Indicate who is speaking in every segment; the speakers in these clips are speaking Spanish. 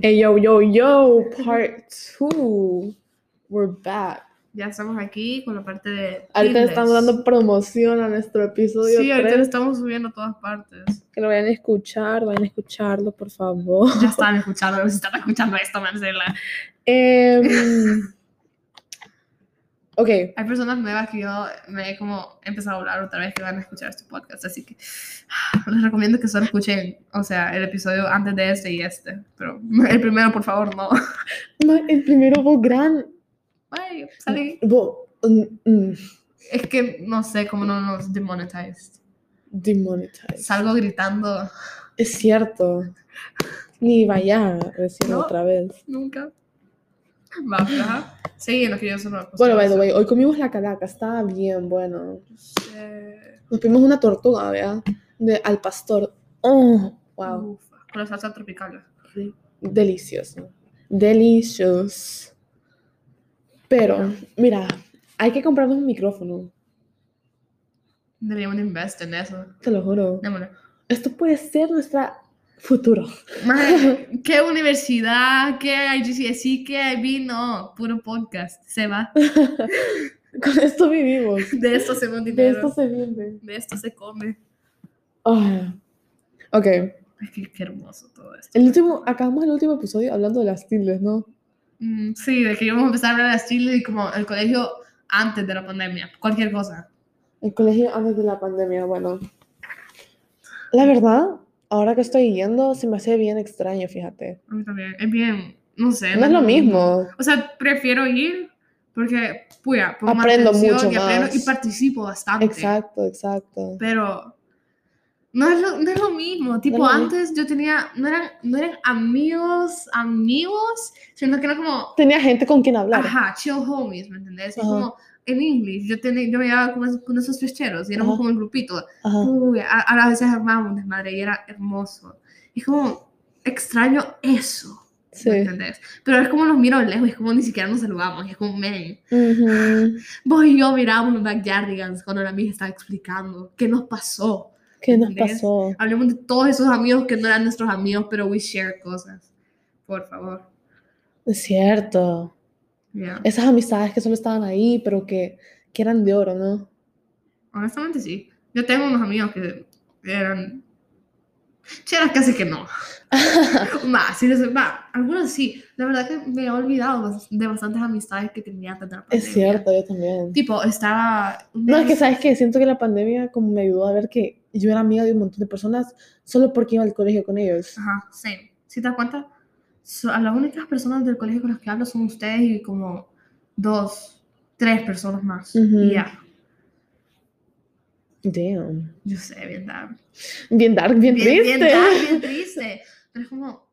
Speaker 1: Hey, yo, yo, yo, part two. We're back.
Speaker 2: Ya estamos aquí con la parte de.
Speaker 1: Ahorita
Speaker 2: fitness.
Speaker 1: estamos dando promoción a nuestro episodio
Speaker 2: Sí, ahorita lo
Speaker 1: tres.
Speaker 2: estamos subiendo a todas partes.
Speaker 1: Que lo vayan a escuchar, vayan a escucharlo, por favor.
Speaker 2: Ya están escuchando, si están escuchando esto, Marcela.
Speaker 1: Em, ok,
Speaker 2: Hay personas nuevas que yo me he como empezado a hablar otra vez que van a escuchar este podcast, así que ah, les recomiendo que solo escuchen, o sea, el episodio antes de este y este. Pero el primero, por favor, no.
Speaker 1: Ma, el primero vos gran.
Speaker 2: Ay, salí.
Speaker 1: Vos. mm, mm,
Speaker 2: Es que no sé cómo no nos demonetized.
Speaker 1: demonetized.
Speaker 2: Salgo gritando
Speaker 1: Es cierto. Ni vaya a decirlo
Speaker 2: No.
Speaker 1: otra vez.
Speaker 2: nunca. Va, ajá. Sí, en lo que yo solo.
Speaker 1: Bueno, by the way, hoy comimos la calaca, estaba bien bueno.
Speaker 2: Eh,
Speaker 1: Nos pedimos una tortuga, ¿verdad? De, al pastor. Oh, wow.
Speaker 2: ufa, con la salsa tropical.
Speaker 1: Delicioso. Delicioso. Pero, mira, hay que comprarnos un micrófono.
Speaker 2: Deberíamos de invest en eso.
Speaker 1: Te lo juro.
Speaker 2: Démosle.
Speaker 1: Esto puede ser nuestra futuro.
Speaker 2: Mae, ¿Qué universidad? ¿Qué IGCSE? E? ¿Qué IB? No, puro podcast. Se va.
Speaker 1: Con esto vivimos.
Speaker 2: De esto se va un
Speaker 1: De esto
Speaker 2: dinero.
Speaker 1: se vive.
Speaker 2: De esto se come.
Speaker 1: Ah, Ok.
Speaker 2: Ay, qué, qué hermoso todo esto.
Speaker 1: El último, acabamos el último episodio hablando de las tildes, ¿no?
Speaker 2: Mm, sí, de que íbamos a empezar a hablar de Chile y como el colegio antes de la pandemia. Cualquier cosa.
Speaker 1: El colegio antes de la pandemia, bueno. La verdad, ahora que estoy yendo, se me hace bien extraño, fíjate.
Speaker 2: A mí también. Es bien, no sé.
Speaker 1: No es lo mismo.
Speaker 2: O sea, prefiero ir porque, puya, pongo
Speaker 1: Aprendo mucho
Speaker 2: y aprendo y
Speaker 1: más.
Speaker 2: participo bastante.
Speaker 1: Exacto, exacto.
Speaker 2: Pero no es lo, no es lo mismo. Tipo,
Speaker 1: lo mismo.
Speaker 2: antes yo tenía, no eran, no eran amigos, amigos, sino que era como,
Speaker 1: Tenía gente con quien hablar.
Speaker 2: ajá, chill homies, ¿me entendés? Y
Speaker 1: Ajá.
Speaker 2: como en inglés, yo, tenía, yo me llevaba con, esos- con esos ficheros y éramos
Speaker 1: Ajá.
Speaker 2: como un grupito.
Speaker 1: Ajá.
Speaker 2: Uy, a, a las veces armábamos un desmadre y era hermoso. Y es como, extraño eso.
Speaker 1: Sí.
Speaker 2: ¿Me entendés? Pero es como los miro de lejos, es como ni siquiera nos saludamos, y es como, men,
Speaker 1: Ujú.
Speaker 2: vos y yo mirábamos los backyardigans cuando la mija estaba explicando qué nos pasó.
Speaker 1: ¿Qué nos
Speaker 2: ¿Entendés?
Speaker 1: pasó?
Speaker 2: Hablemos de todos esos amigos que no eran nuestros amigos, pero we share cosas. Por favor.
Speaker 1: Es cierto.
Speaker 2: Ya.
Speaker 1: Esas amistades que solo estaban ahí, pero que, que eran de oro, ¿no?
Speaker 2: Honestamente, sí. Yo tengo unos amigos que eran. Cheras casi que no. Más, sí, les- va, algunos sí. La verdad que me he olvidado bas- de bastantes amistades que tenía antes de la
Speaker 1: Es
Speaker 2: pandemia.
Speaker 1: cierto, yo también.
Speaker 2: Tipo, estaba.
Speaker 1: No, es que sabes que siento que la pandemia como me ayudó a ver que yo era amiga de un montón de personas solo porque iba al colegio con ellos.
Speaker 2: Ajá, same. Si te das cuenta, so- a las únicas personas del colegio con las que hablo son ustedes y como dos, tres personas más.
Speaker 1: Ujú.
Speaker 2: Y ya.
Speaker 1: Damn.
Speaker 2: Yo sé, bien, dark.
Speaker 1: Bien dark, bien,
Speaker 2: bien, bien
Speaker 1: triste.
Speaker 2: dark, bien triste. Pero es como,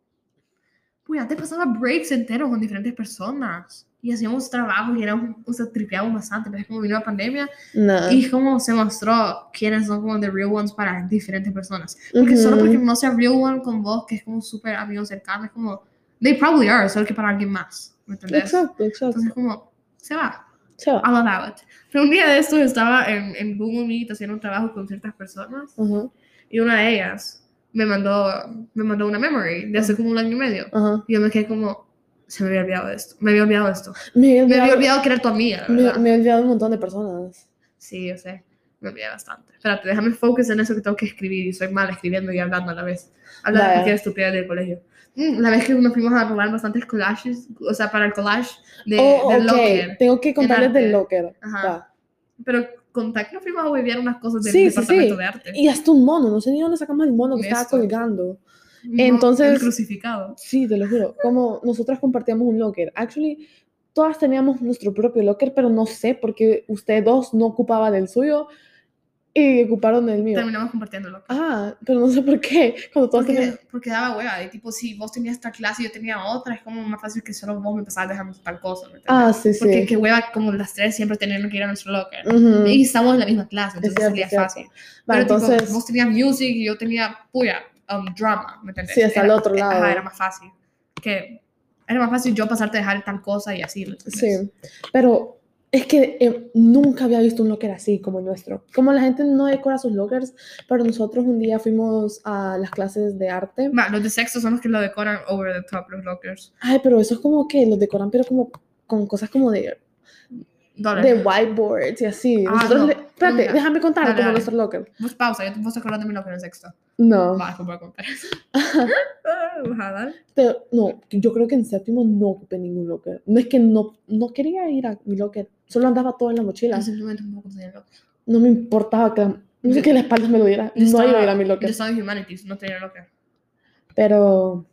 Speaker 2: pues antes pasaba breaks enteros con diferentes personas y hacíamos trabajos y éramos, o sea, tripeábamos bastante, pero es como vino la pandemia
Speaker 1: Nah.
Speaker 2: y es como se mostró quiénes son como the real ones para diferentes personas. Porque solo
Speaker 1: Ujú.
Speaker 2: porque no sea real one con vos, que es como súper amigo cercano, es como, they probably are, solo que para alguien más, ¿me entendés?
Speaker 1: Exacto, exacto.
Speaker 2: Entonces como, se va.
Speaker 1: Se va.
Speaker 2: I'll allow it. Pero un día de estos estaba en, en Google Meet haciendo un trabajo con ciertas personas
Speaker 1: Ajá,
Speaker 2: y una de ellas me mandó, me mandó una memory de hace como un año y medio.
Speaker 1: ajá.
Speaker 2: Y yo me quedé como, se me había olvidado esto. Me había olvidado esto.
Speaker 1: Me he
Speaker 2: Me había
Speaker 1: olvidado-
Speaker 2: olvidado que era tu amiga, la
Speaker 1: me-
Speaker 2: verdad.
Speaker 1: me he olvidado un montón de personas.
Speaker 2: Sí, yo sé. Me olvidé bastante. Espérate, déjame focus en eso que tengo que escribir. Y soy mala escribiendo y hablando a la vez. Hablando de
Speaker 1: Vaya.
Speaker 2: cualquier estupidez del colegio. Mm, La vez que nos fuimos a robar bastantes collages, o sea, para el collage de,
Speaker 1: oh,
Speaker 2: del Ah.
Speaker 1: ok.
Speaker 2: locker.
Speaker 1: Tengo que contarles
Speaker 2: arte.
Speaker 1: del locker.
Speaker 2: Ajá.
Speaker 1: va.
Speaker 2: Pero con Tac nos fuimos a huevear unas cosas del
Speaker 1: Sí, sí,
Speaker 2: departamento
Speaker 1: sí.
Speaker 2: de arte.
Speaker 1: Y hasta un mono, no sé ni dónde sacamos el mono que estaba
Speaker 2: Honesto.
Speaker 1: colgando.
Speaker 2: No,
Speaker 1: entonces-
Speaker 2: El crucificado.
Speaker 1: Sí, te lo juro. Como nosotras compartíamos un locker. Actually, todas teníamos nuestro propio locker, pero no sé por qué ustedes dos no ocupaban el suyo y ocuparon el mío.
Speaker 2: Terminamos compartiéndolo.
Speaker 1: Ah, pero no sé por qué. Cuando todas
Speaker 2: Porque,
Speaker 1: tenían-
Speaker 2: porque daba hueva, de tipo, si vos tenías esta clase y yo tenía otra, es como más fácil que solo vos me empezabas dejando tal cosa, ¿me entiendes?
Speaker 1: Ah, sí, sí.
Speaker 2: Porque qué hueva, como las tres siempre tenían que ir a nuestro locker.
Speaker 1: Ujú.
Speaker 2: Y estamos en la misma clase, entonces
Speaker 1: cierto,
Speaker 2: sería
Speaker 1: es cierto.
Speaker 2: fácil.
Speaker 1: Va,
Speaker 2: Pero tipo,
Speaker 1: entonces,
Speaker 2: vos tenías music y yo tenía, puya, um, drama, ¿me entiendes?
Speaker 1: Sí, hasta el
Speaker 2: Era-
Speaker 1: otro
Speaker 2: ajá,
Speaker 1: lado.
Speaker 2: era más fácil. Que era más fácil yo pasarte a dejar tal cosa y así, ¿me entiendes?
Speaker 1: sí. Pero Es que eh, nunca había visto un locker así como el nuestro. Como la gente no decora sus lockers, pero nosotros un día fuimos a las clases de arte.
Speaker 2: Va, los de sexo son los que lo decoran over the top, los lockers.
Speaker 1: Ay, pero eso es como que los decoran, pero como con cosas como de,
Speaker 2: Dólares.
Speaker 1: de whiteboards y así.
Speaker 2: Ah,
Speaker 1: Nosotros
Speaker 2: no,
Speaker 1: le- espérate,
Speaker 2: nunca.
Speaker 1: déjame contar
Speaker 2: Dale,
Speaker 1: como
Speaker 2: dale.
Speaker 1: nuestro locker.
Speaker 2: Vos pausa, yo te puedo acordar de mi locker en sexto.
Speaker 1: No,
Speaker 2: Va, voy a contar eso. Ajá, dale.
Speaker 1: te- no, yo creo que en séptimo no ocupé ningún locker. No es que no, no quería ir a mi locker, solo andaba todo en la mochila.
Speaker 2: Yo simplemente no puedo conseguir el locker.
Speaker 1: No me importaba que la, no sé
Speaker 2: Yo-
Speaker 1: que la espalda me lo diera.
Speaker 2: Yo
Speaker 1: No iba a ir
Speaker 2: estaba-
Speaker 1: a mi
Speaker 2: Yo
Speaker 1: locker.
Speaker 2: estaba en Humanities, no tenía locker.
Speaker 1: Pero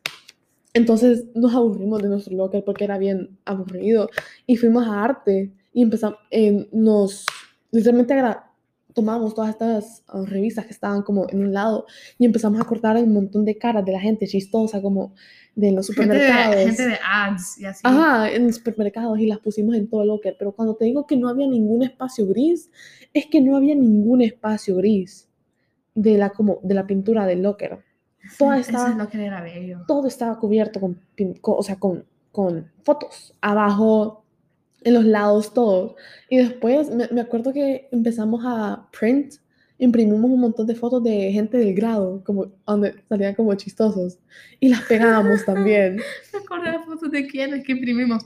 Speaker 1: entonces nos aburrimos de nuestro locker porque era bien aburrido. Y fuimos a arte y empezamos, eh, nos literalmente agra- tomamos todas estas ah, revistas que estaban como en un lado y empezamos a cortar un montón de caras de la gente chistosa como de los
Speaker 2: Gente de,
Speaker 1: supermercados.
Speaker 2: gente de ads y así.
Speaker 1: Ajá, en los supermercados y las pusimos en todo locker. Pero cuando te digo que no había ningún espacio gris, es que no había ningún espacio gris de la, como, de la pintura del locker. todas
Speaker 2: Ese-
Speaker 1: estaban-
Speaker 2: Ese locker era bello.
Speaker 1: Todo estaba cubierto con, pin- co- o sea, con, con fotos, abajo, en los lados, todo. Y después me, me acuerdo que empezamos a print, imprimimos un montón de fotos de gente del grado, como, donde salían como chistosos. Y las pegábamos también.
Speaker 2: ¿Te acordás de fotos de quiénes que imprimimos?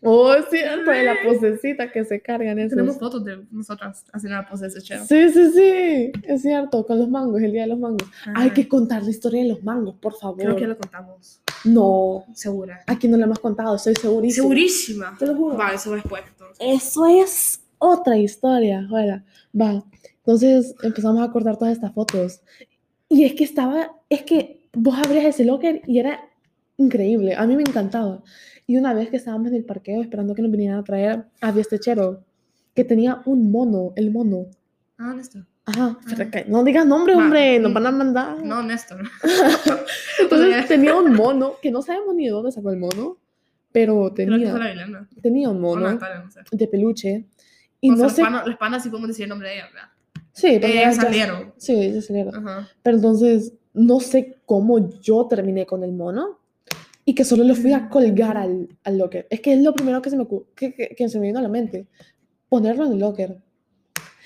Speaker 1: Oh, es cierto, de la posecita que se cargan esos.
Speaker 2: Tenemos fotos de nosotras haciendo la pose de ese chero.
Speaker 1: Sí, sí, sí, es cierto, con los mangos, el día de los mangos. Hay que contar la historia de los mangos, por favor.
Speaker 2: Creo que ya lo contamos.
Speaker 1: No,
Speaker 2: Segura.
Speaker 1: aquí no la hemos contado, estoy segurísima.
Speaker 2: Segurísima.
Speaker 1: Te lo juro.
Speaker 2: Va, eso después entonces.
Speaker 1: Eso es otra historia, ahora va. Entonces empezamos a cortar todas estas fotos. Y es que estaba, es que vos abrías ese locker y era increíble, a mí me encantaba. Y una vez que estábamos en el parqueo esperando que nos vinieran a traer, había este chero que tenía un mono, el mono.
Speaker 2: Ah, Néstor.
Speaker 1: Ajá, pero
Speaker 2: Ajá.
Speaker 1: que- no digas nombre,
Speaker 2: Ah. Va,
Speaker 1: hombre, nos
Speaker 2: mm,
Speaker 1: van a mandar.
Speaker 2: No, Néstor.
Speaker 1: Entonces tenía un mono, que no sabemos ni de dónde sacó el mono, pero
Speaker 2: Creo que fue la
Speaker 1: tenía,
Speaker 2: Vilana.
Speaker 1: tenía un
Speaker 2: O
Speaker 1: mono
Speaker 2: Natalia, no sé.
Speaker 1: de peluche. Y
Speaker 2: O sea, Eh,
Speaker 1: no
Speaker 2: las
Speaker 1: sé.
Speaker 2: panas- las panas sí podemos decir el nombre de ella, ¿verdad?
Speaker 1: Sí, porque
Speaker 2: Ellas
Speaker 1: ya-
Speaker 2: salieron.
Speaker 1: Sí, ellas salieron.
Speaker 2: Ajá.
Speaker 1: Pero entonces no sé cómo yo terminé con el mono y que solo lo fui a colgar al, al locker. Es que es lo primero que se me, ocu- que, que- que se me vino a la mente. Ponerlo en el locker.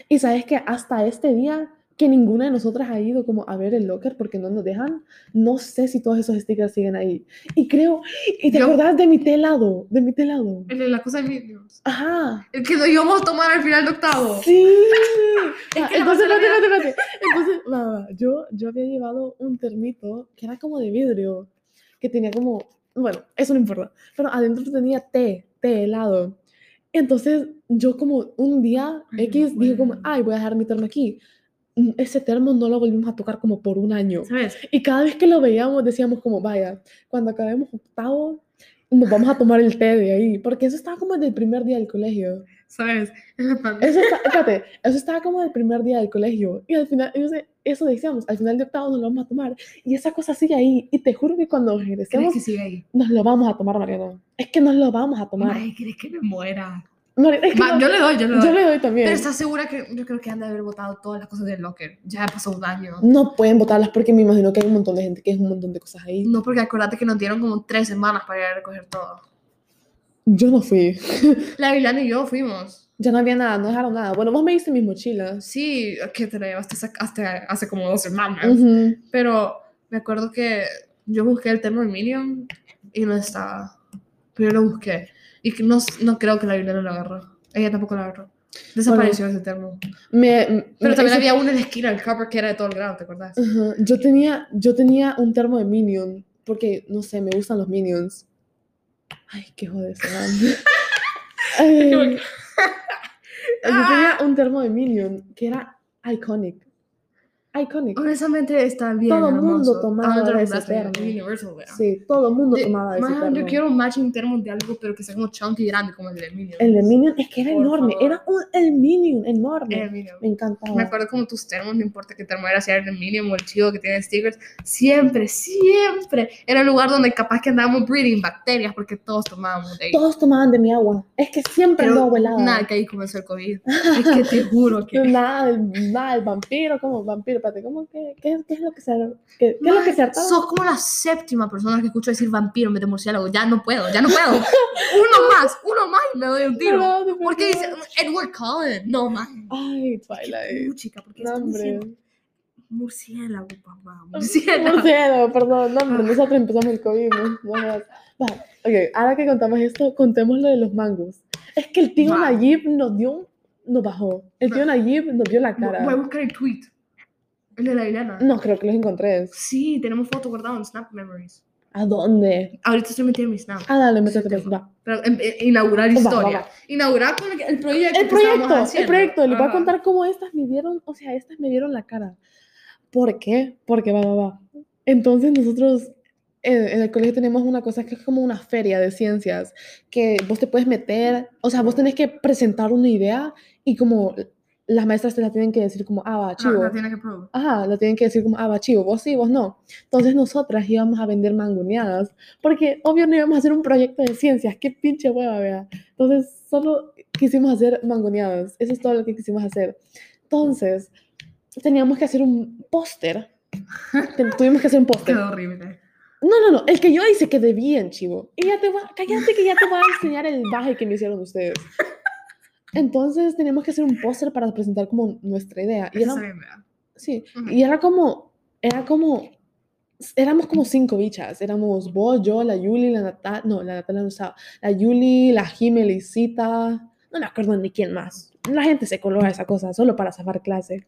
Speaker 1: Y sabes que hasta este día que ninguna de nosotras ha ido como a ver el locker porque no nos dejan, no sé si todos esos stickers siguen ahí. Y creo, y te
Speaker 2: Yo-
Speaker 1: acordás de mi telado, de mi telado.
Speaker 2: El de La cosa de mí, Dios.
Speaker 1: Ajá.
Speaker 2: El que lo íbamos a tomar al final de octavo.
Speaker 1: Sí.
Speaker 2: Es
Speaker 1: Ah,
Speaker 2: que la
Speaker 1: Entonces,
Speaker 2: Marcela
Speaker 1: espérate, espérate, espérate. Entonces, va, va, va. Yo, yo había llevado un termito que era como de vidrio, que tenía como, bueno, eso no importa, pero adentro tenía té, té helado. Entonces, yo como un día
Speaker 2: Ay,
Speaker 1: X
Speaker 2: no,
Speaker 1: dije como,
Speaker 2: bueno.
Speaker 1: ay, voy a dejar mi termo aquí. Mm, Ese termo no lo volvimos a tocar como por un año.
Speaker 2: ¿Sabes?
Speaker 1: Y cada vez que lo veíamos decíamos como, vaya, cuando acabemos octavo, nos vamos a tomar el té de ahí, porque eso estaba como desde el primer día del colegio.
Speaker 2: ¿Sabes? En la pandemia.
Speaker 1: Eso, está- espérate, eso estaba como el primer día del colegio. Y al final, yo sé, eso decíamos, al final de octavo nos lo vamos a tomar. Y esa cosa sigue ahí. Y te juro que cuando
Speaker 2: ¿Crees
Speaker 1: regresemos,
Speaker 2: que sigue ahí?
Speaker 1: nos lo vamos a tomar, Mariana. Es que nos lo vamos a tomar.
Speaker 2: Ay, ¿crees que me muera?
Speaker 1: Mariana, es que
Speaker 2: Va,
Speaker 1: no-
Speaker 2: yo le doy, yo le
Speaker 1: yo,
Speaker 2: doy.
Speaker 1: le doy también.
Speaker 2: Pero estás segura que yo creo que han de haber botado todas las cosas del locker. Ya pasó un año.
Speaker 1: No pueden votarlas porque me imagino que hay un montón de gente que es un montón de cosas ahí.
Speaker 2: No, porque acordate que nos dieron como tres semanas para ir a recoger todo.
Speaker 1: Yo no fui.
Speaker 2: La Vilana y yo fuimos.
Speaker 1: Ya no había nada, no dejaron nada. Bueno, vos me diste mis mochilas.
Speaker 2: Sí, que te la llevaste sa- hasta hace como dos semanas.
Speaker 1: Ujú.
Speaker 2: Pero me acuerdo que yo busqué el termo de Minion y no estaba. Pero yo lo busqué. Y que no, no creo que la Vilana lo agarró. Ella tampoco lo agarró. Desapareció ese termo.
Speaker 1: Me,
Speaker 2: Pero
Speaker 1: me-
Speaker 2: también
Speaker 1: ese-
Speaker 2: había uno en la esquina, el copper que era de todo el grado, ¿te acordás?
Speaker 1: Ajá, Yo tenía, yo tenía un termo de Minion, porque, no sé, me gustan los Minions. Ay, qué joder, se van. Ay,
Speaker 2: Qué
Speaker 1: yo
Speaker 2: bacán.
Speaker 1: tenía
Speaker 2: Ah.
Speaker 1: un termo de Minion que era iconic. Iconic.
Speaker 2: Honestamente, está bien.
Speaker 1: Todo
Speaker 2: hermoso.
Speaker 1: mundo tomaba
Speaker 2: Ah, no te lo
Speaker 1: de ese
Speaker 2: compraste,
Speaker 1: termo.
Speaker 2: Universal, ¿verdad?
Speaker 1: Sí, todo el mundo
Speaker 2: De-
Speaker 1: tomaba ese
Speaker 2: man, Yo
Speaker 1: termo.
Speaker 2: quiero un matching termos de algo, pero que sea como chunky y grande, como el de Minion.
Speaker 1: El de Minion es que era
Speaker 2: Por
Speaker 1: enorme,
Speaker 2: favor.
Speaker 1: era un, el Minion enorme.
Speaker 2: El Minion.
Speaker 1: Me encantaba.
Speaker 2: Me acuerdo como tus termos, no importa qué termo era, si era el de Minion o el chido que tiene stickers, siempre, siempre era el lugar donde capaz que andábamos breeding bacterias porque todos tomábamos de ahí.
Speaker 1: Todos tomaban de mi agua. Es que siempre
Speaker 2: Pero
Speaker 1: no helada.
Speaker 2: Nada, que ahí comenzó el COVID. Es que te juro que.
Speaker 1: Nada del, nada del vampiro, como vampiro. espérate, ¿cómo que, qué, qué es lo que se, qué, qué es lo que se hartaba?
Speaker 2: Sos como la séptima persona que escucho decir vampiro en vez de murciélago. Ya no puedo, ya no puedo. uno más, uno más y me doy un tiro.
Speaker 1: Perdón, te
Speaker 2: ¿Por qué
Speaker 1: perdono.
Speaker 2: dice Edward Cullen? No, más.
Speaker 1: Ay,
Speaker 2: Uh,
Speaker 1: Twilight.
Speaker 2: chica, ¿por qué
Speaker 1: No,
Speaker 2: están
Speaker 1: hombre.
Speaker 2: diciendo murciélago, papá? Murciélago.
Speaker 1: Murciélago, perdón, no,
Speaker 2: Ah.
Speaker 1: hombre, nosotros empezamos el COVID, ¿no? No jodas. Va, ok, ahora que contamos esto, contemos lo de los mangos. Es que el tío
Speaker 2: Va.
Speaker 1: Nayib nos dio, un- nos bajó. El tío Nayib nos dio la cara.
Speaker 2: Voy a buscar el tweet. El de la Ilana.
Speaker 1: No, creo que los encontré.
Speaker 2: Sí, tenemos foto guardada en Snap Memories.
Speaker 1: ¿A dónde?
Speaker 2: Ahorita estoy metida en mi Snap.
Speaker 1: Ah, dale, métete, pues, va.
Speaker 2: Pero, em, eh, inaugurar
Speaker 1: va,
Speaker 2: historia.
Speaker 1: va.
Speaker 2: Inaugurar con el, el proyecto.
Speaker 1: El
Speaker 2: que estábamos
Speaker 1: proyecto, el
Speaker 2: haciendo. Ah,
Speaker 1: proyecto. Les voy a
Speaker 2: Ajá.
Speaker 1: contar cómo estas me dieron, o sea, estas me dieron la cara. ¿Por qué? Porque va, va, va. Entonces nosotros en, en el colegio tenemos una cosa que es como una feria de ciencias, que vos te puedes meter, o sea, vos tenés que presentar una idea y como las maestras te la tienen que decir como, ah, va,
Speaker 2: No,
Speaker 1: chivo.
Speaker 2: no tiene que probar.
Speaker 1: Ajá, lo tienen que decir como, ah, va, chivo, vos sí, vos no. Entonces nosotras íbamos a vender mangoneadas, porque obvio no íbamos a hacer un proyecto de ciencias, qué pinche hueva, vea. Entonces solo quisimos hacer mangoneadas, eso es todo lo que quisimos hacer. Entonces teníamos que hacer un póster, Ten- tuvimos que hacer un póster.
Speaker 2: Quedó horrible.
Speaker 1: No, no, no, el que yo hice quedé bien, chivo. Y ya te voy, a- cállate que ya te voy a enseñar el baje que me hicieron ustedes. Entonces teníamos que hacer un póster para presentar como nuestra idea. Y era
Speaker 2: Eso se ve feo.
Speaker 1: Sí,
Speaker 2: Ujú.
Speaker 1: y era como, era como, éramos como cinco bichas, éramos vos, yo, la Yuli, la Natalia, no, la Natalia no estaba, la Yuli, la Jimelicita, no me acuerdo ni quién más. La gente se coló a esa cosa solo para zafar clase.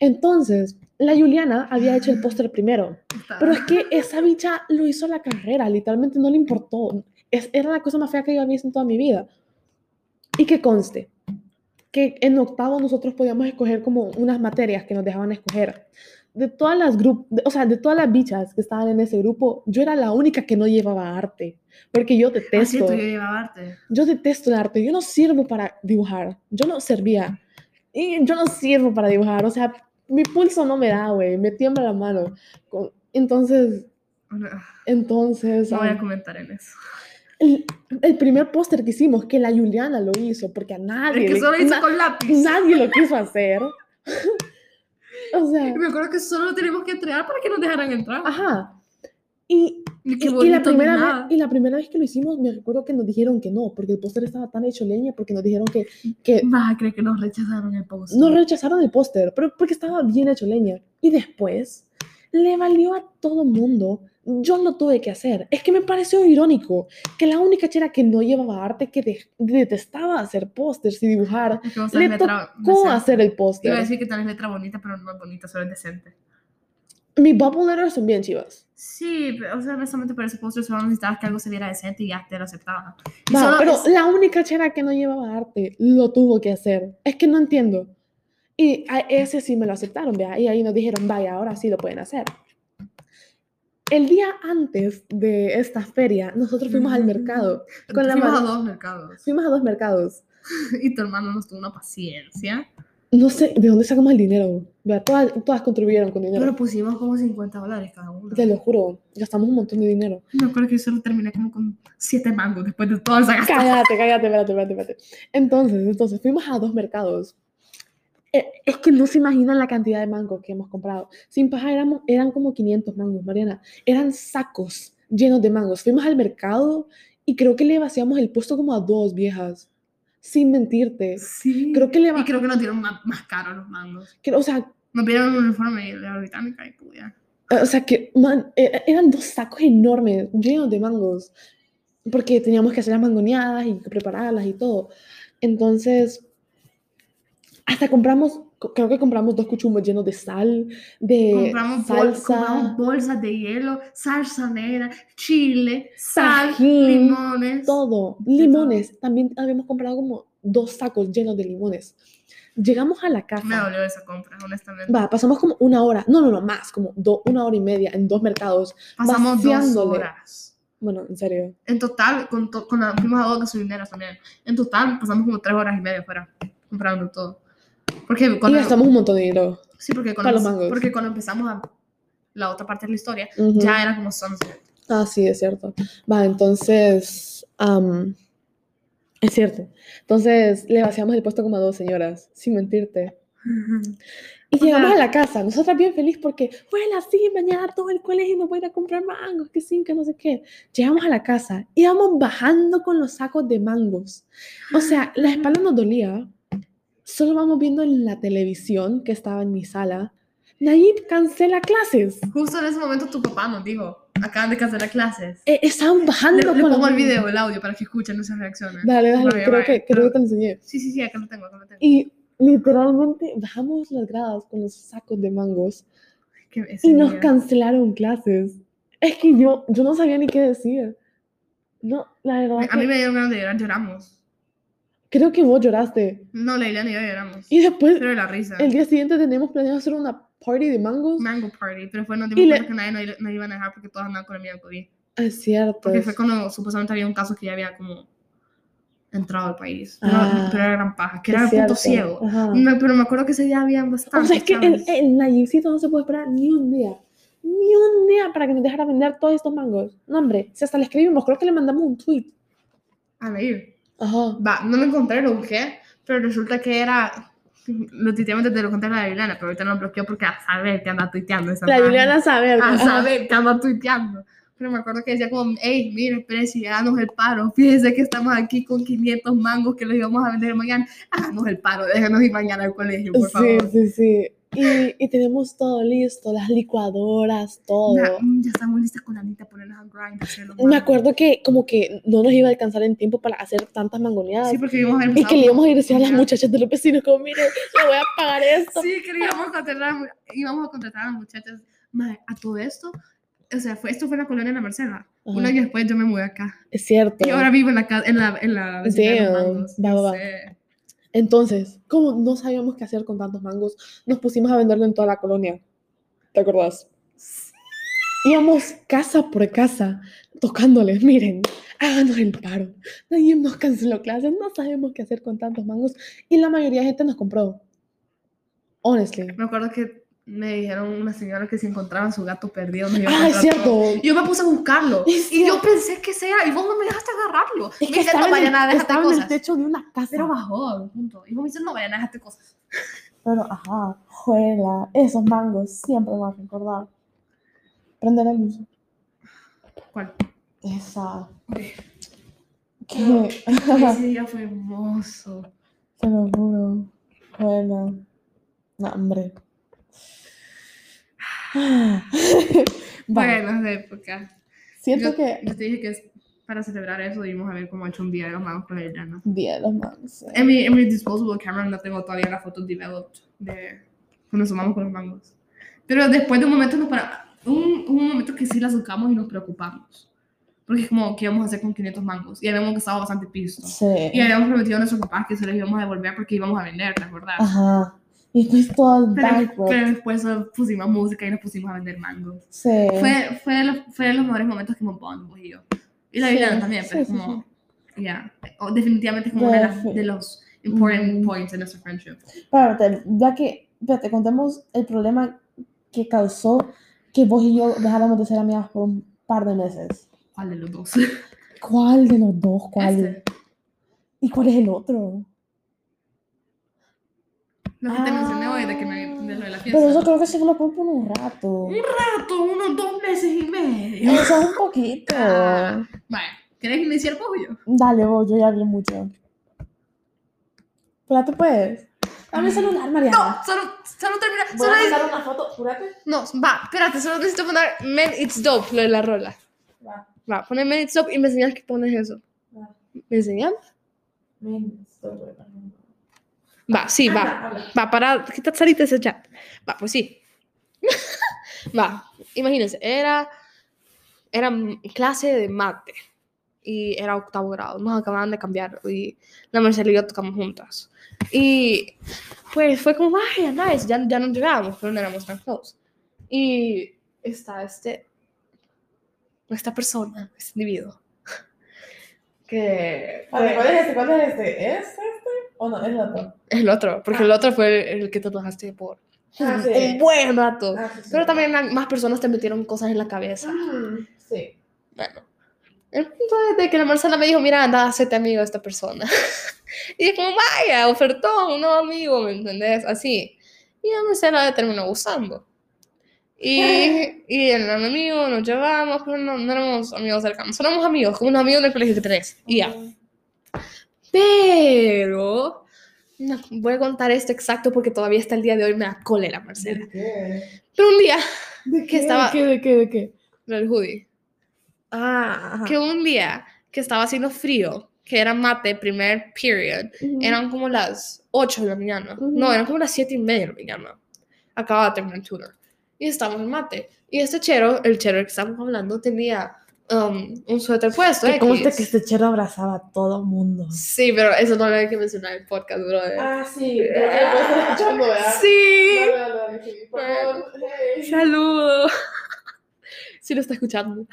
Speaker 1: Entonces, la Juliana había hecho el póster primero,
Speaker 2: Está-
Speaker 1: pero es que esa bicha lo hizo a la carrera, literalmente no le importó. Es, era la cosa más fea que yo había visto en toda mi vida. Y que conste, que en octavo nosotros podíamos escoger como unas materias que nos dejaban escoger. De todas las grup de- o sea, de todas las bichas que estaban en ese grupo, yo era la única que no llevaba arte, porque yo
Speaker 2: Ah, sí,
Speaker 1: detesto,
Speaker 2: tú y yo llevaba arte.
Speaker 1: yo detesto el arte, yo no sirvo para dibujar, yo no servía y yo no sirvo para dibujar, o sea, mi pulso no me da, güey, me tiembla la mano. Con- Entonces,
Speaker 2: No
Speaker 1: entonces,
Speaker 2: no voy a
Speaker 1: ah,
Speaker 2: comentar en eso.
Speaker 1: el, el primer póster que hicimos, que la Juliana lo hizo, porque a nadie,
Speaker 2: Es que
Speaker 1: le-
Speaker 2: solo hice
Speaker 1: na-
Speaker 2: con lápiz.
Speaker 1: nadie lo quiso hacer. o
Speaker 2: Y
Speaker 1: sea,
Speaker 2: me acuerdo que solo tenemos que entregar para que nos dejaran entrar.
Speaker 1: ajá. Y,
Speaker 2: Y,
Speaker 1: Ah, y-
Speaker 2: qué
Speaker 1: y
Speaker 2: bonito
Speaker 1: la
Speaker 2: ni
Speaker 1: primera
Speaker 2: nada.
Speaker 1: vez, y la primera vez que lo hicimos, me recuerdo que nos dijeron que no, porque el póster estaba tan hecho leña, porque nos dijeron que, que
Speaker 2: Vas a creer que nos rechazaron el post.
Speaker 1: nos rechazaron el póster, pero porque estaba bien hecho leña. Y después le valió a todo mundo. Yo lo tuve que hacer. Es que me pareció irónico que la única chera que no llevaba arte, que de- detestaba hacer pósters y dibujar,
Speaker 2: Es que vos
Speaker 1: le
Speaker 2: sabes letra
Speaker 1: ¿cómo
Speaker 2: decente.
Speaker 1: hacer el
Speaker 2: Iba a
Speaker 1: póster?
Speaker 2: decir que tenés letra bonita, pero no es bonita, solo es decente.
Speaker 1: Mis bubble letters son bien chivas.
Speaker 2: Sí, pero, o sea, honestamente para ese póster solo necesitabas que algo se viera decente y ya te lo aceptaban. Y
Speaker 1: Va,
Speaker 2: solo
Speaker 1: pero
Speaker 2: es-
Speaker 1: la única chera que no llevaba arte lo tuvo que hacer. Es que no entiendo. Y a ese sí me lo aceptaron, vea. Y ahí nos dijeron, vaya, ahora sí lo pueden hacer. El día antes de esta feria, nosotros fuimos
Speaker 2: Mm.
Speaker 1: al mercado. con la
Speaker 2: fuimos
Speaker 1: ma-
Speaker 2: a dos mercados.
Speaker 1: Fuimos a dos mercados.
Speaker 2: Y tu hermano nos tuvo una paciencia.
Speaker 1: No sé de dónde sacamos el dinero. Vea, todas, todas contribuyeron con dinero.
Speaker 2: Pero pusimos como 50 dólares cada uno.
Speaker 1: Te lo juro, gastamos un montón de dinero.
Speaker 2: Me acuerdo que yo solo terminé como con 7 mangos después de toda esa gasta.
Speaker 1: Cállate, cállate, espérate, espérate, espérate. Entonces, entonces, fuimos a dos mercados. Eh, Es que no se imaginan la cantidad de mangos que hemos comprado. Sin paja éramos, eran como 500 mangos, Mariana. Eran sacos llenos de mangos. Fuimos al mercado y creo que le vaciamos el puesto como a dos viejas. Sin mentirte.
Speaker 2: Sí.
Speaker 1: Creo que le va...
Speaker 2: Y creo que nos dieron más, más caro los mangos.
Speaker 1: que- O sea,
Speaker 2: Nos dieron un uniforme de la británica y puya.
Speaker 1: Eh, O sea que, man, e- e- eran dos sacos enormes, llenos de mangos, porque teníamos que hacer las mangoneadas y prepararlas y todo. Entonces, hasta compramos, co- creo que compramos dos cuchumos llenos de sal, de
Speaker 2: compramos, bol- compramos
Speaker 1: salsa,
Speaker 2: bolsas de hielo, salsa negra, chile, sal,
Speaker 1: Tajín,
Speaker 2: limones.
Speaker 1: todo,
Speaker 2: de
Speaker 1: limones. También habíamos comprado como dos sacos llenos de limones. Llegamos a la
Speaker 2: Me
Speaker 1: casa.
Speaker 2: dolió esa compra, honestamente.
Speaker 1: Va, pasamos como una hora, no, no, no, más, como do- una hora y media en dos mercados.
Speaker 2: Pasamos dos
Speaker 1: vaciándole.
Speaker 2: horas.
Speaker 1: Bueno, en serio.
Speaker 2: En total, con, to- con la, fuimos a dos gasolineras también. En total, pasamos como tres horas y media fuera comprando todo. Porque
Speaker 1: Y
Speaker 2: cuando,
Speaker 1: gastamos un montón de dinero.
Speaker 2: sí, porque
Speaker 1: para los
Speaker 2: cuando,
Speaker 1: mangos.
Speaker 2: porque cuando empezamos a la otra parte de la historia,
Speaker 1: Ujú.
Speaker 2: ya era como sunset.
Speaker 1: Ah, sí, es cierto. Va, entonces, am, es cierto. Entonces, le vaciamos el puesto como a dos señoras, sin mentirte. Y
Speaker 2: O
Speaker 1: llegamos
Speaker 2: sea-
Speaker 1: a la casa, nosotras bien feliz porque, bueno, sí, mañana todo el colegio nos va a ir a comprar mangos, que sí, que no sé qué. Llegamos a la casa, íbamos bajando con los sacos de mangos. O sea, la espalda nos dolía. Solo vamos viendo en la televisión que estaba en mi sala. Nayib cancela clases.
Speaker 2: Justo en ese momento tu papá nos dijo, acaban de cancelar clases.
Speaker 1: Eh, estaban
Speaker 2: Le,
Speaker 1: bajando
Speaker 2: le
Speaker 1: con los
Speaker 2: pongo el
Speaker 1: mangos.
Speaker 2: video, el audio, para que escuchen nuestras reacciones.
Speaker 1: Dale, dale,
Speaker 2: Vale,
Speaker 1: creo,
Speaker 2: vale,
Speaker 1: Que, creo
Speaker 2: pero-
Speaker 1: que te lo enseñé.
Speaker 2: Sí, sí, sí, acá lo tengo, acá lo tengo.
Speaker 1: Y literalmente bajamos las gradas con los sacos de mangos
Speaker 2: Que ese
Speaker 1: y nos
Speaker 2: día-
Speaker 1: cancelaron clases. Es que yo, yo no sabía ni qué decir. No, la verdad.
Speaker 2: A
Speaker 1: que-
Speaker 2: mí me dieron ganas de llorar, lloramos.
Speaker 1: Creo que vos lloraste.
Speaker 2: No, la Ileana y yo lloramos.
Speaker 1: Y después,
Speaker 2: Pero de la risa.
Speaker 1: el día siguiente, tenemos planeado hacer una party de mangos.
Speaker 2: Mango Party, pero fue nos
Speaker 1: Y
Speaker 2: dimos
Speaker 1: le-
Speaker 2: cuenta que nadie nos iba- nos iban a dejar porque todos andaban con el miedo al COVID.
Speaker 1: Es cierto.
Speaker 2: Porque
Speaker 1: es-
Speaker 2: fue cuando supuestamente había un caso que ya había como entrado al país. No,
Speaker 1: Ah,
Speaker 2: pero era gran paja, que
Speaker 1: es
Speaker 2: era el
Speaker 1: cierto,
Speaker 2: punto ciego.
Speaker 1: ajá.
Speaker 2: No, pero me acuerdo que ese día habían
Speaker 1: o
Speaker 2: bastantes.
Speaker 1: sea, es que eh, el,
Speaker 2: ¿sabes?
Speaker 1: el Nayibcito no se puede esperar ni un día. Ni un día para que nos dejara vender todos estos mangos. No, hombre, si hasta le escribimos, creo que le mandamos un tweet.
Speaker 2: A ver,
Speaker 1: Ajá.
Speaker 2: va, no lo encontré, lo busqué, pero resulta que era. Lo tuiteamos desde lo conté a la Juliana, pero ahorita no lo bloqueó porque a saber que anda tuiteando. esa
Speaker 1: La
Speaker 2: maja.
Speaker 1: Juliana sabe.
Speaker 2: a
Speaker 1: ajá.
Speaker 2: saber que anda tuiteando. Pero me acuerdo que decía como, hey, mire, presidente, háganos el paro. Fíjense que estamos aquí con 500 mangos que los íbamos a vender mañana. Háganos el paro, déjanos ir mañana al colegio, por
Speaker 1: Sí,
Speaker 2: favor.
Speaker 1: sí, sí. Y, y tenemos todo listo, las licuadoras, todo.
Speaker 2: Ya, mm, ya estamos listas con Anita, ponernos a grind, hacer los
Speaker 1: Me
Speaker 2: mangos.
Speaker 1: acuerdo que como que no nos iba a alcanzar en tiempo para hacer tantas mangoneadas.
Speaker 2: Sí, porque íbamos a haber
Speaker 1: y que le íbamos a ir a decir a las
Speaker 2: Ya.
Speaker 1: muchachas de los vecinos como, mire, le voy a pagar esto.
Speaker 2: Sí, que le íbamos a contratar, a mu- íbamos a, contratar a las muchachas. Mae, a todo esto, o sea, fue, esto fue en la colonia de la Merced. Un
Speaker 1: Ajá,
Speaker 2: año después yo me mudé acá.
Speaker 1: Es cierto.
Speaker 2: Y ahora vivo en la, ca- en la, en la vecindad de los
Speaker 1: Damn,
Speaker 2: mangos.
Speaker 1: va,
Speaker 2: Ya
Speaker 1: va, va.
Speaker 2: sé.
Speaker 1: Entonces, como no sabíamos qué hacer con tantos mangos, nos pusimos a venderlo en toda la colonia. ¿Te acordás? Íbamos casa por casa tocándoles, miren, háganos el paro. Nadie nos canceló clases, no sabemos qué hacer con tantos mangos y la mayoría de gente nos compró. Honestly.
Speaker 2: Me acuerdo que me dijeron una señora que si encontraban su gato perdido, me iba a
Speaker 1: Ah, es
Speaker 2: comprar todo.
Speaker 1: cierto.
Speaker 2: Y Yo me puse a buscarlo.
Speaker 1: Es
Speaker 2: y yo
Speaker 1: cierto.
Speaker 2: pensé que sea. Y vos no me dejaste agarrarlo.
Speaker 1: Es
Speaker 2: me
Speaker 1: que
Speaker 2: dice,
Speaker 1: estaba,
Speaker 2: no,
Speaker 1: en, el,
Speaker 2: Mariana, déjate
Speaker 1: estaba en el
Speaker 2: cosas.
Speaker 1: techo de una casa.
Speaker 2: Pero bajó, punto. Y vos me dices, no, Mariana, déjate cosas.
Speaker 1: Pero, ajá, juela, esos mangos siempre me van a recordar. Prende la luz.
Speaker 2: ¿Cuál?
Speaker 1: Esa.
Speaker 2: Ay.
Speaker 1: ¿Qué?
Speaker 2: Ese día fue hermoso.
Speaker 1: Se lo juro. Juela. No, hombre. Ah. Vale,
Speaker 2: Buenas épocas.
Speaker 1: siento
Speaker 2: pues yo,
Speaker 1: que.
Speaker 2: Yo te dije que es- para celebrar eso debimos haber como hecho un día de los magos con la Eliana.
Speaker 1: Día de los eh. mangos. sí.
Speaker 2: En mi, en mi disposable camera no tengo todavía las fotos developed de cuando sumamos con los mangos. Pero después de un momento nos para un, hubo un momento que sí la sacamos y nos preocupamos. Porque es como, ¿qué íbamos a hacer con 500 mangos? Y habíamos gastado bastante piso.
Speaker 1: Sí.
Speaker 2: Y habíamos prometido a nuestros papás que se los íbamos a devolver porque íbamos a vender, ¿te acordás?
Speaker 1: Ajá. Y después todo
Speaker 2: Pero,
Speaker 1: bankrupt.
Speaker 2: pero después eh, pusimos música y nos pusimos a vender mangos.
Speaker 1: sí.
Speaker 2: Fue, fue, de los, fue de los mejores momentos que hemos bondado vos y yo. Y la
Speaker 1: Sí,
Speaker 2: Viviana también, pero es
Speaker 1: sí, sí,
Speaker 2: como, ya. O Definitivamente es como uno de, las- de los important
Speaker 1: Mm.
Speaker 2: points de nuestra friendship.
Speaker 1: Espérate, ya que espérate, contemos el problema que causó que vos y yo dejáramos de ser amigas por un par de meses.
Speaker 2: ¿Cuál de los dos?
Speaker 1: ¿Cuál de los dos? ¿Cuál?
Speaker 2: Este.
Speaker 1: ¿Y cuál es el otro?
Speaker 2: Lo que te
Speaker 1: Ah.
Speaker 2: mencioné hoy de que me de lo de la fiesta.
Speaker 1: Pero eso creo que sí lo pongo por un rato.
Speaker 2: Un rato, unos dos meses y medio.
Speaker 1: Eso es un poquito.
Speaker 2: Ah. Vale, ¿querés iniciar vos o yo?
Speaker 1: Dale, vos, yo ya hablé mucho. Espérate, pues. Dame el celular, Mariana.
Speaker 2: No, solo, solo termina.
Speaker 1: Voy
Speaker 2: Solo
Speaker 1: a
Speaker 2: es-
Speaker 1: mandar una foto, júrate.
Speaker 2: No, va, espérate, solo necesito poner Men It's Dope, lo de la rola.
Speaker 1: Va,
Speaker 2: Va, pone Men It's Dope y me enseñas que pones eso.
Speaker 1: va.
Speaker 2: ¿Me enseñas?
Speaker 1: Ven, estoy grabando.
Speaker 2: Va,
Speaker 1: Ah,
Speaker 2: sí, va.
Speaker 1: Habla, habla.
Speaker 2: Va, para, quita salite ese chat. Va, pues sí. va, imagínense, era, era m- clase de mate y era octavo grado. Nos acababan de cambiar y la Marcela y yo tocamos juntas. Y pues fue como, ay, ya nice, ya, ya nos llegábamos, pero no éramos tan close. Y está este, esta persona, este individuo, que
Speaker 1: A ver, ¿cuál es este? ¿Cuál es este? ¿Es este? ¿O no? Es el otro.
Speaker 2: el otro, porque el otro fue el que te bajaste por
Speaker 1: Ah, sí.
Speaker 2: un buen rato.
Speaker 1: Ah, sí, sí.
Speaker 2: Pero también la- más personas te metieron cosas en la cabeza.
Speaker 1: Mm, Sí.
Speaker 2: Bueno, el punto es de que la Marcela me dijo, mira, anda, hacete amigo de esta persona. y es como, vaya, ofertón, no amigo, ¿me entendés? Así. Y a Marcela le terminó gustando. Y, y él era mi amigo, nos llevamos, pero no, no éramos amigos cercanos, éramos amigos, como unos amigos del colegio que tenés. Y ya. Pero no, voy a contar esto exacto porque todavía hasta el día de hoy me da cólera, Marcela.
Speaker 1: ¿De qué?
Speaker 2: Pero un día,
Speaker 1: ¿De qué?
Speaker 2: estaba-
Speaker 1: ¿De qué? ¿De qué? ¿De qué?
Speaker 2: el hoodie,
Speaker 1: Ah, ajá.
Speaker 2: que un día que estaba haciendo frío, que era mate, primer period,
Speaker 1: Ujú.
Speaker 2: eran como las 8 de la mañana. No,
Speaker 1: Ujú.
Speaker 2: eran como las 7 y media de la mañana. Acababa de terminar el tutor. Y estábamos en mate. Y este chero, el chero que estábamos hablando, tenía um, un suéter puesto.
Speaker 1: Que conste
Speaker 2: X.
Speaker 1: que este chero abrazaba a todo mundo.
Speaker 2: Sí, pero eso no lo hay que mencionar en el podcast, brother.
Speaker 1: Ah, sí.
Speaker 2: creo que lo estás
Speaker 1: escuchando,
Speaker 2: Ah, sí.
Speaker 1: Por
Speaker 2: favor,
Speaker 1: favor.
Speaker 2: Saludo. Si lo está escuchando.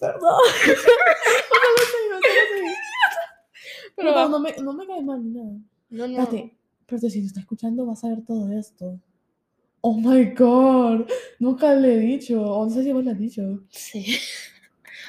Speaker 1: Perdón.
Speaker 2: Pero
Speaker 1: no,
Speaker 2: va.
Speaker 1: no me, no me cae mal ni nada.
Speaker 2: No, no.
Speaker 1: Espérate, pero si lo está escuchando vas a ver todo esto. Oh my god, nunca le he dicho, o no sé si vos le has dicho.
Speaker 2: Sí.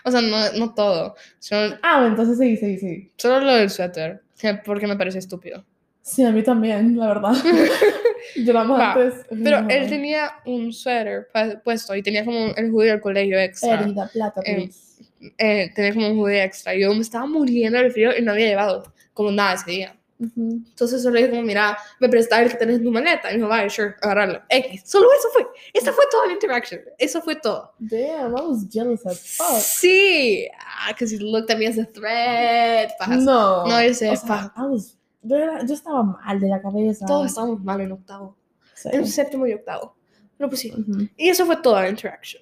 Speaker 2: O sea, no, no todo. Solo,
Speaker 1: Ah, bueno, entonces sí, sí, sí.
Speaker 2: solo lo del suéter. que- Porque me parece estúpido.
Speaker 1: Sí, a mí también, la verdad. Lloramos
Speaker 2: Va,
Speaker 1: antes.
Speaker 2: Pero
Speaker 1: no.
Speaker 2: él tenía un suéter pu- puesto y tenía como el judío del colegio extra.
Speaker 1: Herida, plata,
Speaker 2: Eh,
Speaker 1: please.
Speaker 2: eh, tenía como un hoodie extra. Yo me estaba muriendo del frío y no había llevado como nada ese día.
Speaker 1: Ujú.
Speaker 2: Entonces solo dije como, mira, me prestaba el que tenés en tu maleta. Y me dijo, vale, sure, agarrarlo. X. Solo eso fue. Esa fue toda la interacción. Eso fue todo.
Speaker 1: Damn, I was jealous as fuck.
Speaker 2: Sí. Ah, because you looked at me as a threat. Pajas.
Speaker 1: Ah, No.
Speaker 2: No, yo sé,
Speaker 1: o sea, I was- yo, era- yo estaba mal de la cabeza.
Speaker 2: Todos estábamos mal en octavo.
Speaker 1: Sí.
Speaker 2: En séptimo y octavo. Pero pues sí.
Speaker 1: Ujú.
Speaker 2: Y eso fue toda la interacción.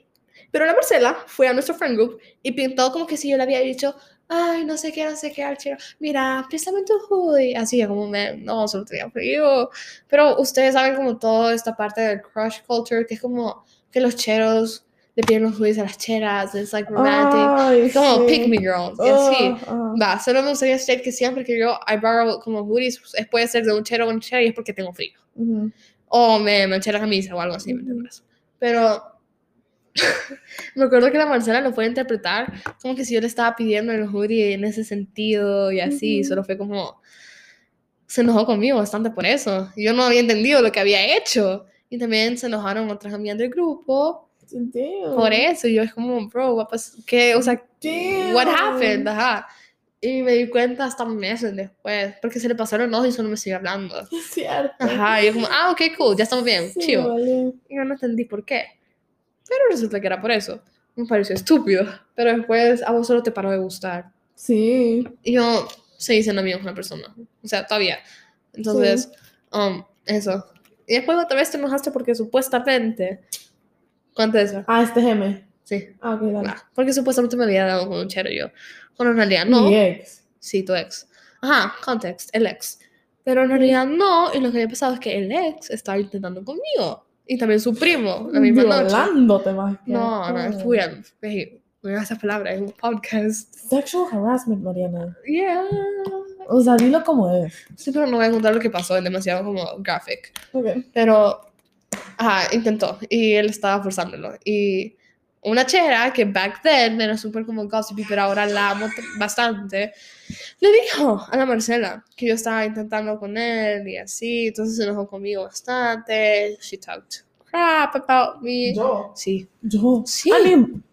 Speaker 2: Pero la Marcela fue a nuestro friend group y pintó como que si yo le había dicho, ay, no sé qué, no sé qué, al chero, mira, préstame tu hoodie. Así yo como, me, no, solo tenía frío. Pero ustedes saben como toda esta parte del crush culture, que es como que los cheros le piden los hoodies a las cheras, it's like romantic.
Speaker 1: Ay,
Speaker 2: Es como
Speaker 1: Ah, sí.
Speaker 2: pick me girls, y así.
Speaker 1: Ah, ah.
Speaker 2: Va, solo me gustaría decir que siempre que yo I borrow como hoodies, es- puede ser de un chero a un chero y es porque tengo frío
Speaker 1: Ujú.
Speaker 2: o me manché la camisa o algo así, ¿me
Speaker 1: Ujú.
Speaker 2: entiendes? Pero me acuerdo que la Marcela lo puede interpretar como que si yo le estaba pidiendo el hoodie en ese sentido y así,
Speaker 1: Ujú.
Speaker 2: solo fue como se enojó conmigo bastante por eso. Yo no había entendido lo que había hecho. Y también se enojaron otras amigas del grupo
Speaker 1: Damn.
Speaker 2: por e- eso. Y yo es como, bro, what pas- ¿qué? O sea, what happened? Ajá. Y me di cuenta hasta meses después, porque se le pasaron los ojos y solo me siguió hablando.
Speaker 1: Es cierto.
Speaker 2: Ajá, y yo como, ah, ok, cool, ya estamos bien,
Speaker 1: Sí,
Speaker 2: chill.
Speaker 1: vale.
Speaker 2: Y yo no entendí por qué. Pero resulta que era por eso. Me pareció estúpido. Pero después a vos solo te paró de gustar.
Speaker 1: Sí.
Speaker 2: Y yo se dicen amigos con la persona. O sea, todavía. Entonces, um, eso. Y después otra vez te enojaste porque supuestamente. ¿Cuánto es eso?
Speaker 1: Ah, este es M.
Speaker 2: Sí.
Speaker 1: Ah, ok, dale.
Speaker 2: va. porque supuestamente me había dado con un chero yo. Bueno, en realidad no.
Speaker 1: Mi ex.
Speaker 2: Sí, tu ex. Ajá, context, el ex. Pero en realidad no. Y lo que había pasado es que el ex estaba intentando conmigo. Y también su primo, la misma noche.
Speaker 1: Violándote más que
Speaker 2: No, no,
Speaker 1: todo.
Speaker 2: fui Hey, Mira esas palabras en un podcast.
Speaker 1: Sexual harassment, Mariana.
Speaker 2: Yeah.
Speaker 1: O sea, dilo como es.
Speaker 2: Sí, pero no voy a contar lo que pasó, es demasiado como graphic.
Speaker 1: Ok.
Speaker 2: Pero, ajá, intentó y él estaba forzándolo. Y una chera que back then era súper como gossipy, pero ahora la amo t- bastante, le dijo a la Marcela que yo estaba intentando con él y así. Entonces se enojó conmigo bastante. She talked crap about me.
Speaker 1: Yo.
Speaker 2: Sí.
Speaker 1: Yo.
Speaker 2: Sí.
Speaker 1: Alguien-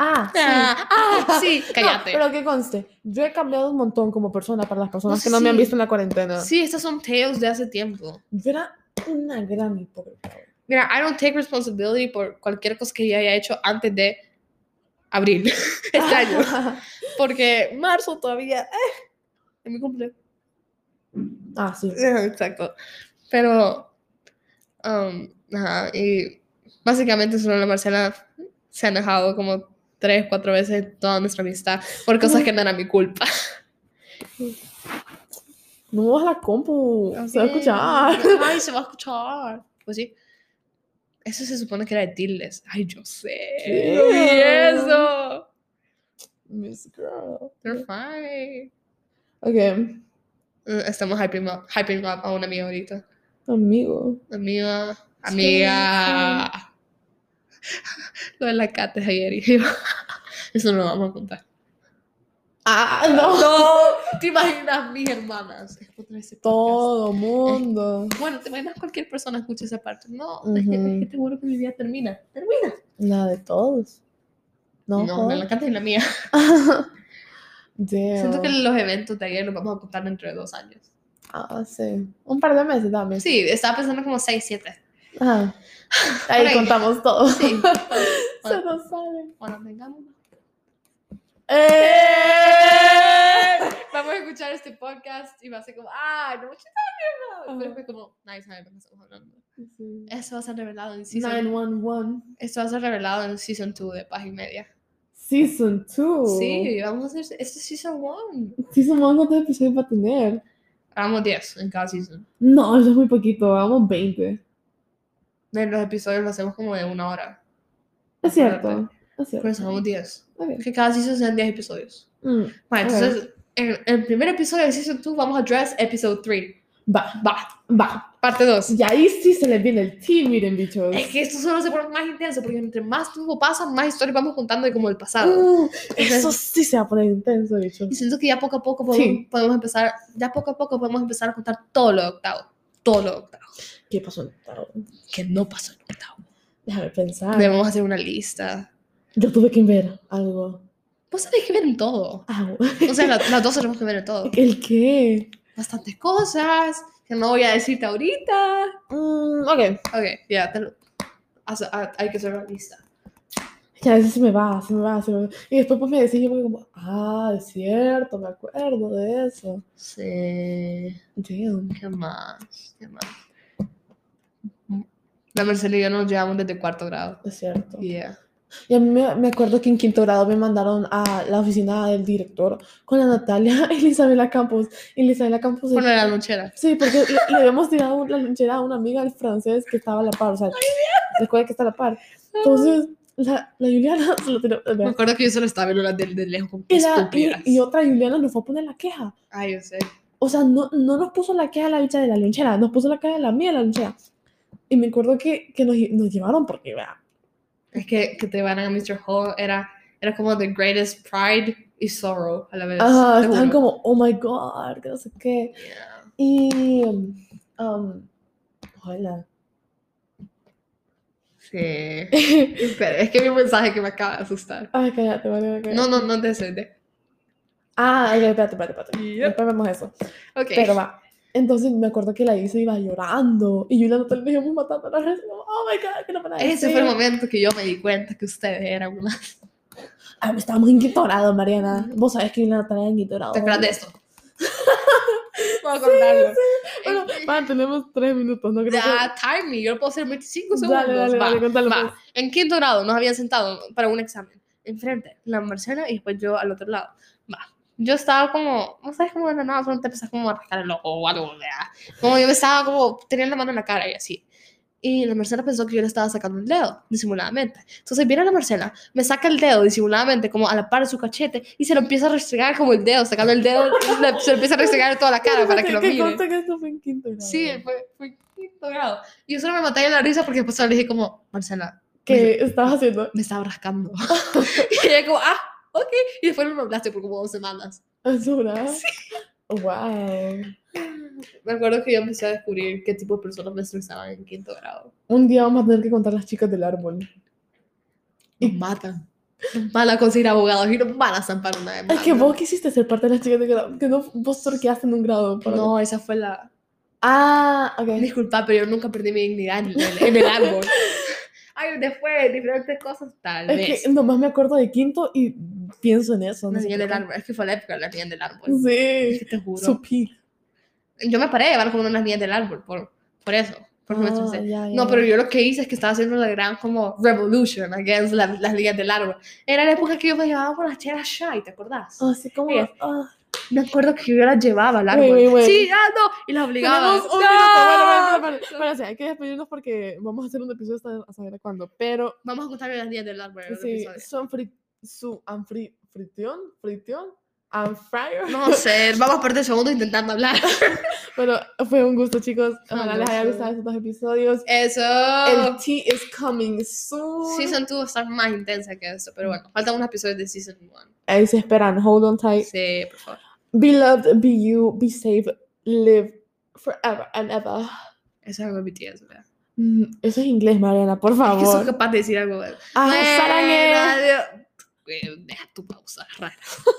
Speaker 1: Ah, sí.
Speaker 2: Ah, sí,
Speaker 1: No,
Speaker 2: cállate.
Speaker 1: pero que conste, yo he cambiado un montón como persona para las personas
Speaker 2: No,
Speaker 1: que no me han
Speaker 2: sí.
Speaker 1: visto en la cuarentena.
Speaker 2: Sí, estas son tales de hace tiempo.
Speaker 1: Yo era una gran hipócrita.
Speaker 2: Mira, I don't take responsibility por cualquier cosa que yo haya hecho antes de abril este año. Porque marzo todavía eh, es mi cumpleaños.
Speaker 1: Ah, sí.
Speaker 2: Exacto. Pero, um, ajá, y básicamente solo la Marcela se ha enojado como tres, cuatro veces en toda nuestra amistad por cosas que no eran mi culpa.
Speaker 1: No me vas a la compu. Se va a escuchar.
Speaker 2: Ay, se va a escuchar. Pues sí. Eso se supone que era de Tildes. Ay, yo sé. Yo vi
Speaker 1: Damn.
Speaker 2: eso.
Speaker 1: Miss Girl.
Speaker 2: They're fine.
Speaker 1: Ok.
Speaker 2: Eh, Estamos hyping up, hyping up a una amiga ahorita.
Speaker 1: Amigo.
Speaker 2: Amiga.
Speaker 1: Sí,
Speaker 2: Amiga. Lo de la Cate ayer y yo. Eso no lo vamos a contar. Ah, no. No, te imaginas mis hermanas. Otra vez ese podcast.
Speaker 1: Todo mundo.
Speaker 2: Bueno, te imaginas cualquier persona escucha esa parte. No,
Speaker 1: Ujú.
Speaker 2: es, que, es que te juro que mi vida termina. Termina.
Speaker 1: La de todos. No,
Speaker 2: No, no, la canta es la mía.
Speaker 1: jodas. Damn.
Speaker 2: Siento que los eventos de ayer los vamos a contar dentro de dos años.
Speaker 1: Ah, sí. Un par de meses también.
Speaker 2: Sí, estaba pensando como seis, siete.
Speaker 1: Ajá. Ahí
Speaker 2: ahí.
Speaker 1: contamos todo.
Speaker 2: Sí.
Speaker 1: Se
Speaker 2: Bueno,
Speaker 1: nos sale.
Speaker 2: cuando tengamos.
Speaker 1: ¡Eh!
Speaker 2: Vamos a escuchar este podcast y va a ser como, ah, no, mucho tiempo. Pero fue como, nadie sabe de lo que estamos hablando.
Speaker 1: Sí.
Speaker 2: Eso va a ser revelado en season
Speaker 1: 911
Speaker 2: Esto va a ser revelado en Season 2 de Paz y Media.
Speaker 1: Season 2.
Speaker 2: Sí, vamos a hacer... Este es Season 1.
Speaker 1: Season 1, ¿cuántos episodios va a tener?
Speaker 2: Hagamos 10 en cada season.
Speaker 1: No, eso es muy poquito. Vamos 20.
Speaker 2: De los episodios lo hacemos como de una hora.
Speaker 1: Es cierto.
Speaker 2: Acuérdate.
Speaker 1: Es
Speaker 2: Por eso
Speaker 1: cierto.
Speaker 2: hagamos 10.
Speaker 1: Ok.
Speaker 2: Que cada season sean 10 episodios.
Speaker 1: Mm,
Speaker 2: Bueno,
Speaker 1: Ok.
Speaker 2: entonces, en en el primer episodio de Season 2 vamos a address Episode 3.
Speaker 1: Va,
Speaker 2: Va,
Speaker 1: va.
Speaker 2: parte 2.
Speaker 1: Y ahí sí se les viene el team, miren, bichos.
Speaker 2: Es que esto solo se pone más intenso, porque entre más tiempo pasa, más historias vamos contando de como el pasado.
Speaker 1: Uh, eso sí se va a poner intenso, bichos.
Speaker 2: Y siento que ya poco a poco podemos,
Speaker 1: Sí.
Speaker 2: podemos empezar, ya poco a poco podemos empezar a contar todo lo de octavo. Todo lo de octavo.
Speaker 1: ¿Qué pasó en el octavo?
Speaker 2: Que no pasó en octavo.
Speaker 1: Déjame pensar.
Speaker 2: Debemos hacer una lista.
Speaker 1: Yo tuve que ver algo.
Speaker 2: Vos tenés que ver en todo.
Speaker 1: Ah,
Speaker 2: O sea, la- las dos tenemos que ver en todo.
Speaker 1: ¿El qué?
Speaker 2: Bastantes cosas que no voy a decirte ahorita.
Speaker 1: Mm, ok.
Speaker 2: Ok, ya, te lo- haz- ha- hay que hacer una lista.
Speaker 1: Ya, eso se me va, se me va, se me va. Y después pues me decís, yo me como, ah, es cierto, me acuerdo de eso.
Speaker 2: Sí.
Speaker 1: Damn.
Speaker 2: ¿Qué más? ¿Qué más? La Marcela y yo nos llevamos desde cuarto grado.
Speaker 1: Es cierto.
Speaker 2: Yeah.
Speaker 1: Y a mí me, me acuerdo que en quinto grado me mandaron a la oficina del director con la Natalia y la Isabela Campos. Y la Isabela Campos...
Speaker 2: Bueno, la lonchera.
Speaker 1: Sí, porque le, le habíamos tirado un- la lonchera a una amiga del francés que estaba a la par, o sea, recuerda que está a la par. Entonces, la, la Juliana se lo tiró.
Speaker 2: Me
Speaker 1: vea.
Speaker 2: acuerdo que yo solo estaba viendo las de, de lejos como
Speaker 1: Y, la- y-
Speaker 2: estúpidas.
Speaker 1: y otra Juliana nos fue a poner la queja.
Speaker 2: Ay, yo sé.
Speaker 1: O sea, no, no nos puso la queja la bicha de la lonchera, nos puso la queja de la mía de la lonchera. Y me acuerdo que, que nos, nos llevaron porque, vea,
Speaker 2: Es que, que te van a Mr. Hall era, era como the greatest pride y sorrow a la vez.
Speaker 1: ajá,
Speaker 2: te
Speaker 1: estaban
Speaker 2: juro.
Speaker 1: como, oh my god, que no sé qué.
Speaker 2: Yeah.
Speaker 1: Y. um, hola.
Speaker 2: Sí. Espera, es que mi mensaje que me acaba de asustar.
Speaker 1: Ay, cállate, vale, vale.
Speaker 2: No, no, no te asustes.
Speaker 1: Ah, ok, espérate, espérate, espérate.
Speaker 2: Yep.
Speaker 1: Después vemos eso.
Speaker 2: Ok.
Speaker 1: Pero va. Entonces me acuerdo que la Isa iba llorando y yo y la Natalia nos íbamos matando la red. como, Oh my god, que no para
Speaker 2: Ese fue el momento que yo me di cuenta que ustedes eran una.
Speaker 1: Ah, me estábamos en quinto grado, Mariana. Vos sabés que yo y la Natalia en quinto grado.
Speaker 2: ¿Te acuerdas de esto? Vamos a contarlo.
Speaker 1: Bueno,
Speaker 2: Eh,
Speaker 1: va, tenemos tres minutos, no creo que-
Speaker 2: Ah, time me, yo lo puedo hacer en 25 segundos.
Speaker 1: Dale, dale,
Speaker 2: Va,
Speaker 1: dale, contalo,
Speaker 2: va.
Speaker 1: pues.
Speaker 2: En quinto grado nos habían sentado para un examen. Enfrente, la Marcela y después yo al otro lado. Va. Yo estaba como, no sabes cómo de la nada, solo te empezás como a rascar el ojo o algo, ¿verdad? Como yo me estaba como, tenía la mano en la cara y así. Y la Marcela pensó que yo le estaba sacando el dedo, disimuladamente. Entonces viene la Marcela, me saca el dedo disimuladamente, como a la par de su cachete, y se lo empieza a restregar como el dedo, sacando el dedo, le- se lo empieza a restregar en toda la cara para que lo mire.
Speaker 1: conste que esto fue en quinto grado.
Speaker 2: Sí, fue, fue quinto grado. Y yo solo me maté de la risa porque después solo le dije como, Marcela,
Speaker 1: Que estabas haciendo.
Speaker 2: me estaba rascando. y ella como, ah, ok. Y después no me hablaste por como dos semanas.
Speaker 1: ¿Azura? Wow.
Speaker 2: Me acuerdo que yo empecé a descubrir qué tipo de personas me estresaban en quinto grado.
Speaker 1: Un día vamos a tener que contar las chicas del árbol.
Speaker 2: Nos matan. Nos van a conseguir abogados y nos van a zampar una vez más.
Speaker 1: Es que
Speaker 2: ¿no?
Speaker 1: vos quisiste ser parte de las chicas del grado. Que no, vos torqueaste en un grado. para-
Speaker 2: No, esa fue la...
Speaker 1: Ah, ok.
Speaker 2: Disculpa, pero yo nunca perdí mi dignidad en el, en el árbol. Ay, después, diferentes cosas, tal vez.
Speaker 1: Es que nomás me acuerdo de quinto y pienso en eso.
Speaker 2: La
Speaker 1: sé
Speaker 2: niña
Speaker 1: por
Speaker 2: del
Speaker 1: qué.
Speaker 2: árbol, es que fue la época de la niña del árbol. Es
Speaker 1: Sí.
Speaker 2: que te juro.
Speaker 1: Supí.
Speaker 2: yo me paré a llevar como unas niñas del árbol por, por eso. Porque me
Speaker 1: Ah,
Speaker 2: estresé.
Speaker 1: ya, ya,
Speaker 2: No, pero
Speaker 1: ya.
Speaker 2: yo lo que hice es que estaba haciendo la gran como revolution against la- las ligas del árbol. Era la época que yo me llevaba con las chelas shy, ¿te acordás?
Speaker 1: Así como.
Speaker 2: Oye,
Speaker 1: ah.
Speaker 2: Me acuerdo que yo las llevaba al
Speaker 1: Wait,
Speaker 2: árbol.
Speaker 1: wait, wait.
Speaker 2: Sí, ah, no, y las obligaba.
Speaker 1: Tenemos un
Speaker 2: ¡No!
Speaker 1: minuto. Bueno, bueno, bueno, bueno, sí, hay que despedirnos porque vamos a hacer un episodio hasta- a saber a cuándo. Pero
Speaker 2: Vamos a contarle las ligas del árbol. en otro
Speaker 1: Sí,
Speaker 2: episodio.
Speaker 1: son fri- su anfri- fritión, fritión, I'm Fryer.
Speaker 2: No sé, vamos a perder segundos intentando hablar.
Speaker 1: Bueno, fue un gusto, chicos.
Speaker 2: Ah,
Speaker 1: Ojalá
Speaker 3: Un
Speaker 1: les haya
Speaker 3: gusto.
Speaker 1: gustado estos dos episodios.
Speaker 2: Eso.
Speaker 1: El tea is coming soon.
Speaker 2: Season 2 va a estar más intensa que eso, pero bueno, faltan unos episodios de Season 1.
Speaker 1: Ahí se esperan. Hold on tight.
Speaker 2: Sí, por favor.
Speaker 1: Be loved, be you, be safe, live forever and ever.
Speaker 2: Eso es algo de BTS, ¿verdad?
Speaker 1: Mm, Eso es inglés, Mariana, por
Speaker 2: Es que sos
Speaker 1: favor.
Speaker 2: capaz de decir algo de...
Speaker 1: Ah,
Speaker 2: Bueno,
Speaker 1: saranghae.
Speaker 2: adiós. Güey, Deja tu pausa rara.